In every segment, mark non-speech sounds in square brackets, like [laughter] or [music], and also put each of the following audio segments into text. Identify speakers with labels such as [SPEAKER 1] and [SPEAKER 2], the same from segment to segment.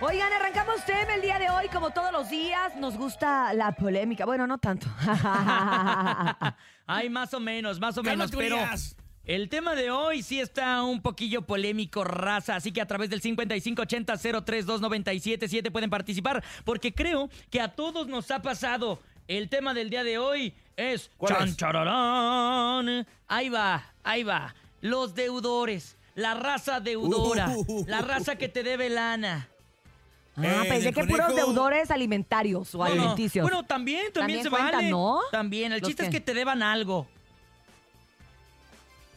[SPEAKER 1] Oigan, arrancamos tema el día de hoy, como todos los días. Nos gusta la polémica. Bueno, no tanto. [laughs] Ah,
[SPEAKER 2] [laughs] Ay, más o menos, más o
[SPEAKER 3] Carlos
[SPEAKER 2] menos, pero...
[SPEAKER 3] Urias.
[SPEAKER 2] El tema de hoy sí está un poquillo polémico, raza, así que a través del 5580-032977 pueden participar, porque creo que a todos nos ha pasado. El tema del día de hoy es...
[SPEAKER 3] ¿Cuál
[SPEAKER 2] Chan,
[SPEAKER 3] es?
[SPEAKER 2] chararán. Ahí va, ahí va. Los deudores, la raza deudora,
[SPEAKER 3] Uh.
[SPEAKER 2] la raza que te debe lana.
[SPEAKER 1] ah,
[SPEAKER 3] Eh,
[SPEAKER 1] pensé
[SPEAKER 3] el
[SPEAKER 1] que puros
[SPEAKER 3] conejo.
[SPEAKER 1] deudores alimentarios o
[SPEAKER 2] No, no.
[SPEAKER 1] alimenticios.
[SPEAKER 2] Bueno, también,
[SPEAKER 1] También
[SPEAKER 2] también, se
[SPEAKER 1] cuenta,
[SPEAKER 2] vale.
[SPEAKER 1] ¿no?
[SPEAKER 2] También, el
[SPEAKER 1] Los
[SPEAKER 2] chiste es
[SPEAKER 1] que-
[SPEAKER 2] que te deban algo.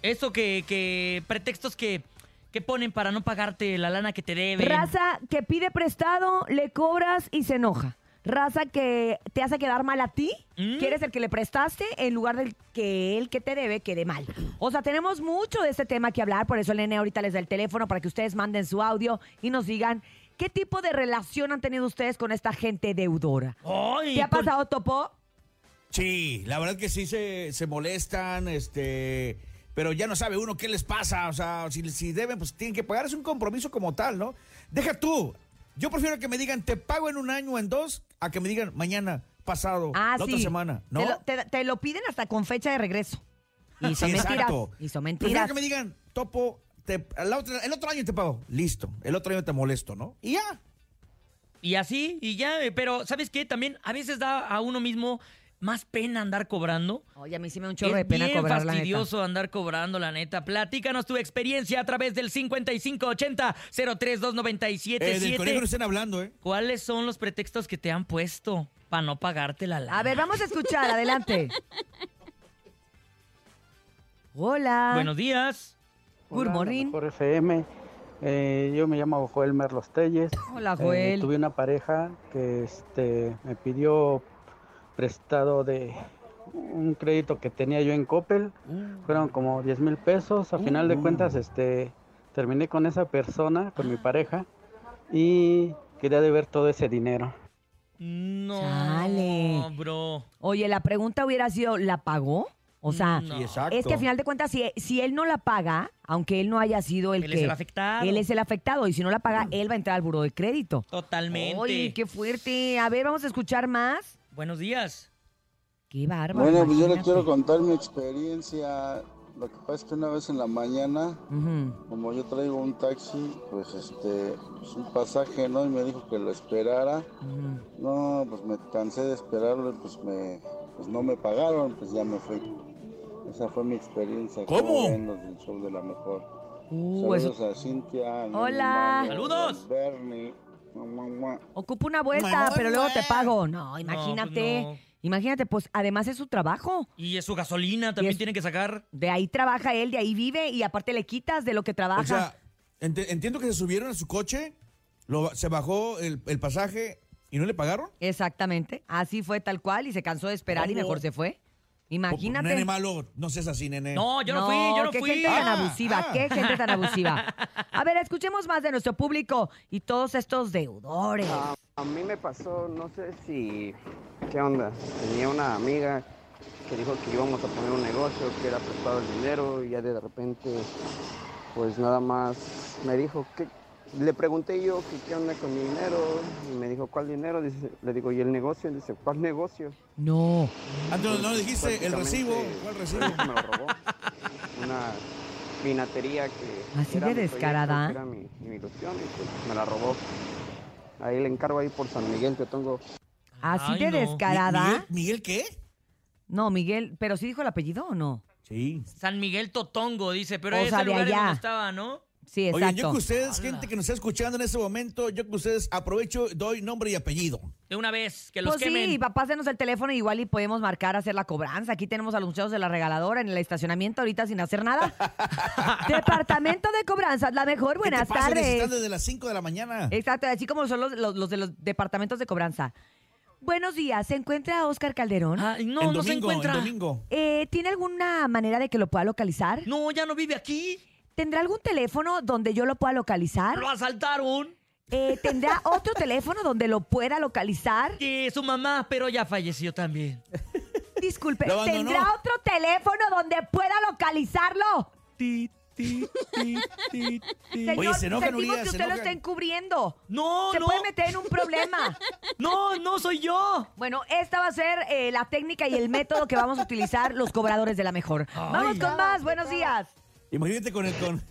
[SPEAKER 2] Eso que, que pretextos que, que ponen para no pagarte la lana que te deben.
[SPEAKER 1] Raza que pide prestado, le cobras y se enoja. Raza que te hace quedar mal a ti,
[SPEAKER 2] Mm.
[SPEAKER 1] que eres el que le prestaste en lugar del que el que te debe quede mal. O sea, tenemos mucho de este tema que hablar, por eso el nene ahorita les da el teléfono para que ustedes manden su audio y nos digan qué tipo de relación han tenido ustedes con esta gente deudora.
[SPEAKER 2] Ay,
[SPEAKER 1] ¿Te ha
[SPEAKER 2] con-
[SPEAKER 1] pasado, Topo?
[SPEAKER 3] Sí, la verdad que sí se, se molestan, este, pero ya no sabe uno qué les pasa, o sea, si, si deben, pues tienen que pagar, es un compromiso como tal, ¿no? Deja tú, yo prefiero que me digan, te pago en un año, en dos, a que me digan mañana, pasado,
[SPEAKER 1] Ah,
[SPEAKER 3] Oh, la
[SPEAKER 1] sí.
[SPEAKER 3] otra semana, ¿no?
[SPEAKER 1] Te lo, te- te lo piden hasta con fecha de regreso. Y son
[SPEAKER 3] Sí,
[SPEAKER 1] mentiras.
[SPEAKER 3] exacto.
[SPEAKER 1] Y son
[SPEAKER 3] Prefiero
[SPEAKER 1] mentiras.
[SPEAKER 3] que me digan, topo, te- la otra- el otro año te pago, listo, el otro año te molesto, ¿no? Y ya.
[SPEAKER 2] Y así, y ya, eh, pero ¿sabes qué? También a veces da a uno mismo más pena andar cobrando.
[SPEAKER 1] Oye, a mí sí me da un chorro
[SPEAKER 2] es
[SPEAKER 1] de pena
[SPEAKER 2] bien
[SPEAKER 1] cobrar la neta.
[SPEAKER 2] fastidioso andar cobrando, la neta. Platícanos tu experiencia a través del
[SPEAKER 3] Eh, del colegio no
[SPEAKER 2] 5580-032977.
[SPEAKER 3] estén hablando, ¿eh?
[SPEAKER 2] ¿Cuáles son los pretextos que te han puesto para no pagarte la lana?
[SPEAKER 1] A ver, vamos a escuchar, adelante. Hola.
[SPEAKER 2] Buenos días.
[SPEAKER 1] Good
[SPEAKER 4] Hola, la
[SPEAKER 1] morning.
[SPEAKER 4] Mejor FM. Eh, yo me llamo Joel Merlos Telles.
[SPEAKER 1] Hola,
[SPEAKER 4] Eh,
[SPEAKER 1] Ah, Joel.
[SPEAKER 4] tuve una pareja que este, me pidió prestado de un crédito que tenía yo en Coppel. Fueron como 10 mil pesos. A final de cuentas, este, terminé con esa persona, con mi pareja, y quería deber todo ese dinero.
[SPEAKER 2] No,
[SPEAKER 1] Chale.
[SPEAKER 2] bro.
[SPEAKER 1] Oye, la pregunta hubiera sido, ¿la pagó? O sea,
[SPEAKER 2] No.
[SPEAKER 3] Sí, exacto.
[SPEAKER 1] es que al final de cuentas, si, si él no la paga, aunque él no haya sido el
[SPEAKER 2] Él
[SPEAKER 1] que...
[SPEAKER 2] es el afectado.
[SPEAKER 1] Él es el afectado y si no la paga, él va a entrar al buro de crédito.
[SPEAKER 2] Totalmente.
[SPEAKER 1] Oye, qué fuerte. A ver, vamos a escuchar más.
[SPEAKER 2] Buenos días.
[SPEAKER 1] Qué bárbaro.
[SPEAKER 5] Bueno, pues yo le
[SPEAKER 1] imagínate.
[SPEAKER 5] quiero contar mi experiencia. Lo que pasa es que una vez en la mañana,
[SPEAKER 1] Ujú.
[SPEAKER 5] como yo traigo un taxi, pues este, pues, un pasaje, ¿no? Y me dijo que lo esperara.
[SPEAKER 1] Ujú.
[SPEAKER 5] No, pues me cansé de esperarlo y pues me, pues no me pagaron, pues ya me fui. Esa fue mi experiencia.
[SPEAKER 3] ¿Cómo?
[SPEAKER 5] ven los del show de la mejor.
[SPEAKER 1] Uh, eso-
[SPEAKER 5] Saludos a Cintia. a
[SPEAKER 1] Hola.
[SPEAKER 5] Mario,
[SPEAKER 2] Saludos.
[SPEAKER 5] a Bernie. Mua, mua, mua.
[SPEAKER 1] Ocupo una vuelta,
[SPEAKER 3] Ay,
[SPEAKER 1] pero luego te
[SPEAKER 3] güey.
[SPEAKER 1] pago. No,
[SPEAKER 2] pues
[SPEAKER 1] imagínate.
[SPEAKER 2] no.
[SPEAKER 1] Imagínate, pues además es su trabajo.
[SPEAKER 2] Y es su gasolina, también
[SPEAKER 1] es-
[SPEAKER 2] tienen que sacar.
[SPEAKER 1] De ahí trabaja él, de ahí vive y aparte le quitas de lo que trabaja.
[SPEAKER 3] O sea, ente- entiendo que se subieron a su coche, lo- se bajó el, el pasaje y no le pagaron.
[SPEAKER 1] Exactamente. Así fue tal cual y se cansó de esperar y
[SPEAKER 3] ¿Cómo?
[SPEAKER 1] mejor se fue.
[SPEAKER 3] Nene
[SPEAKER 1] Imagínate.
[SPEAKER 3] malo, no seas así, nene.
[SPEAKER 2] No, yo no, fui, yo no
[SPEAKER 1] Eh. qué
[SPEAKER 2] fui.
[SPEAKER 1] gente tan
[SPEAKER 3] Ah,
[SPEAKER 1] abusiva,
[SPEAKER 3] ah.
[SPEAKER 1] qué gente tan
[SPEAKER 3] [laughs]
[SPEAKER 1] abusiva. A ver, escuchemos más de nuestro público y todos estos deudores.
[SPEAKER 3] Ah.
[SPEAKER 6] A mí me pasó, no sé si, ¿qué onda? Tenía una amiga que dijo que íbamos a poner un negocio, que era prestado el dinero y ya de repente, pues nada más me dijo, que le pregunté yo que qué onda con mi dinero y me dijo, ¿cuál dinero? Dice- le digo, ¿y el negocio? dice, ¿cuál negocio?
[SPEAKER 1] No.
[SPEAKER 3] Antes no, no le dijiste el
[SPEAKER 6] Prácticamente,
[SPEAKER 3] recibo.
[SPEAKER 2] [laughs]
[SPEAKER 3] ¿Cuál recibo?
[SPEAKER 6] [laughs] Me lo robó. Una vinatería que.
[SPEAKER 1] Así
[SPEAKER 6] era
[SPEAKER 1] de
[SPEAKER 6] mi proyecto,
[SPEAKER 1] descarada.
[SPEAKER 6] que Era mi, mi ilusión y pues me la robó. Ahí le encargo ahí por San Miguel, te tengo.
[SPEAKER 1] Así
[SPEAKER 2] Ay,
[SPEAKER 1] de
[SPEAKER 2] no.
[SPEAKER 1] descarada.
[SPEAKER 3] ¿Miguel, ¿Miguel qué?
[SPEAKER 1] No, Miguel, pero sí dijo el apellido o no?
[SPEAKER 3] Sí.
[SPEAKER 2] San Miguel Totongo, dice, pero
[SPEAKER 1] O
[SPEAKER 2] ese
[SPEAKER 1] sea, de
[SPEAKER 2] lugar es
[SPEAKER 1] allá.
[SPEAKER 2] donde estaba, ¿no?
[SPEAKER 1] Sí, exacto.
[SPEAKER 3] Oye, yo que ustedes, gente que nos está escuchando en este momento, yo que ustedes aprovecho, doy nombre y apellido.
[SPEAKER 2] De una vez, que los
[SPEAKER 1] Pues
[SPEAKER 2] quemen.
[SPEAKER 1] sí, papá, pásenos el teléfono y igual y podemos marcar, hacer la cobranza. Aquí tenemos a los muchachos de la regaladora en el estacionamiento ahorita sin hacer
[SPEAKER 2] [laughs]
[SPEAKER 1] nada. Departamento de cobranzas, la mejor,
[SPEAKER 3] ¿Qué te
[SPEAKER 1] buenas
[SPEAKER 3] pasa? Ellos Están
[SPEAKER 1] tardes.
[SPEAKER 3] desde las 5 de la mañana.
[SPEAKER 2] Eh,
[SPEAKER 1] Exacto, así como son los, los- los de los departamentos de cobranza. Buenos días, ¿se encuentra Oscar Calderón?
[SPEAKER 2] Ay, Ah, no,
[SPEAKER 3] En
[SPEAKER 2] no se
[SPEAKER 3] domingo, en
[SPEAKER 2] encuentra.
[SPEAKER 3] domingo.
[SPEAKER 1] Eh, ¿Tiene alguna manera de que lo pueda localizar?
[SPEAKER 2] No, ya no vive aquí.
[SPEAKER 1] ¿Tendrá algún teléfono donde yo lo pueda localizar?
[SPEAKER 2] Lo asaltaron.
[SPEAKER 1] Eh, ¿Tendrá otro teléfono donde lo pueda localizar?
[SPEAKER 2] Que su mamá, pero ya falleció también.
[SPEAKER 1] Disculpe,
[SPEAKER 3] Lo abandonó.
[SPEAKER 1] ¿tendrá otro teléfono donde pueda localizarlo?
[SPEAKER 2] Ti, ti, ti, ti, ti.
[SPEAKER 1] Señor,
[SPEAKER 3] Oye, se enojan,
[SPEAKER 1] sentimos
[SPEAKER 3] Urias,
[SPEAKER 1] que
[SPEAKER 3] se
[SPEAKER 1] usted lo
[SPEAKER 3] enojan.
[SPEAKER 1] está encubriendo.
[SPEAKER 2] No,
[SPEAKER 1] se
[SPEAKER 2] no.
[SPEAKER 1] puede meter en un
[SPEAKER 3] [laughs]
[SPEAKER 1] problema.
[SPEAKER 2] No, no soy yo.
[SPEAKER 1] Bueno, esta va a ser eh, la técnica y el método que vamos a utilizar los cobradores de la mejor.
[SPEAKER 2] Ay.
[SPEAKER 1] Vamos con más, buenos días.
[SPEAKER 3] Imagínate con, el, con,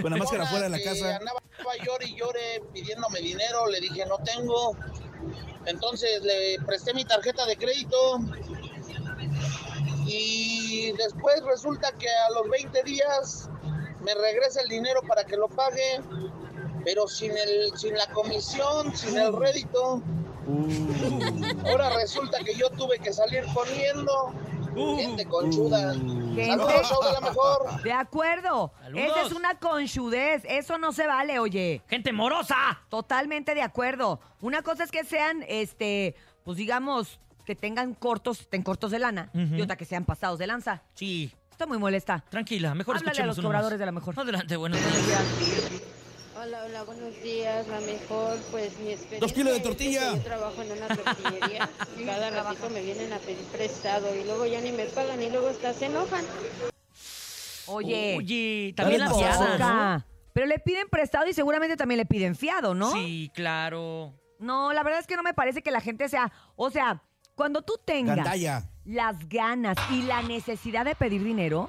[SPEAKER 3] con
[SPEAKER 2] [laughs]
[SPEAKER 3] la máscara fuera de la
[SPEAKER 7] que
[SPEAKER 3] casa.
[SPEAKER 7] Andaba llore y llore pidiéndome dinero, le dije no tengo. Entonces le presté mi tarjeta de crédito. Y después resulta que a los 20 días me regresa el dinero para que lo pague, pero sin, el, sin la comisión, sin
[SPEAKER 3] Uh.
[SPEAKER 7] el rédito. Ahora resulta que yo tuve que salir corriendo.
[SPEAKER 3] Uh.
[SPEAKER 2] Uh,
[SPEAKER 7] Gente conchuda. Saludos, show de la mejor.
[SPEAKER 1] De acuerdo.
[SPEAKER 2] Saludos.
[SPEAKER 1] Esa es una conchudez. Eso no se vale, oye.
[SPEAKER 2] Gente morosa.
[SPEAKER 1] Totalmente de acuerdo. Una cosa es que sean, este, pues digamos, que tengan cortos, estén cortos de lana,
[SPEAKER 2] Ujú.
[SPEAKER 1] y otra que sean pasados de lanza.
[SPEAKER 2] Sí,
[SPEAKER 1] Esto muy molesta.
[SPEAKER 2] tranquila, mejor
[SPEAKER 1] Háblale a
[SPEAKER 2] escuchemos
[SPEAKER 1] los
[SPEAKER 2] uno más.
[SPEAKER 1] cobradores de la mejor.
[SPEAKER 2] Adelante, buenos días.
[SPEAKER 8] Hola, hola, buenos días. La mejor, pues mi experiencia.
[SPEAKER 3] Dos kilos de
[SPEAKER 8] es que
[SPEAKER 3] tortilla.
[SPEAKER 8] Yo trabajo en una
[SPEAKER 3] [laughs]
[SPEAKER 8] tortillería. y cada ratito me vienen a pedir prestado y luego ya ni me pagan y luego hasta se enojan.
[SPEAKER 1] Oye,
[SPEAKER 2] Oye, también
[SPEAKER 3] Dale
[SPEAKER 2] las
[SPEAKER 3] pa'
[SPEAKER 2] fiadas, ¿no?
[SPEAKER 1] poca. Pero le piden prestado y seguramente también le piden fiado, ¿no?
[SPEAKER 2] Sí, claro.
[SPEAKER 1] No, la verdad es que no me parece que la gente sea, o sea, cuando tú tengas
[SPEAKER 3] Gandalla.
[SPEAKER 1] las ganas y la necesidad de pedir dinero,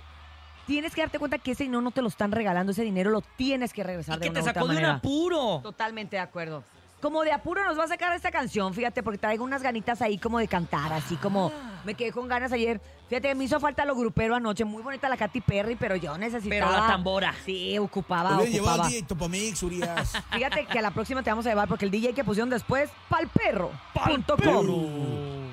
[SPEAKER 1] tienes que darte cuenta que ese dinero no te lo están regalando, ese dinero lo tienes que regresar
[SPEAKER 2] Y
[SPEAKER 1] de
[SPEAKER 2] que
[SPEAKER 1] una
[SPEAKER 2] te
[SPEAKER 1] u otra
[SPEAKER 2] sacó de un
[SPEAKER 1] manera.
[SPEAKER 2] apuro.
[SPEAKER 1] Totalmente de acuerdo. Como de apuro nos va a sacar esta canción, fíjate, porque traigo unas ganitas ahí como de cantar, así como
[SPEAKER 2] Ah.
[SPEAKER 1] me quedé con ganas ayer. Fíjate, me hizo falta lo grupero anoche, muy bonita la Katy Perry, pero yo necesitaba...
[SPEAKER 2] Pero la tambora.
[SPEAKER 1] Sí, ocupaba,
[SPEAKER 3] Hubieran llevado
[SPEAKER 1] ocupaba.
[SPEAKER 3] al DJ
[SPEAKER 2] [laughs]
[SPEAKER 3] Topamix, Urias.
[SPEAKER 1] Fíjate que a la próxima te vamos a llevar porque el DJ que pusieron después, palperro.com.
[SPEAKER 2] Pero-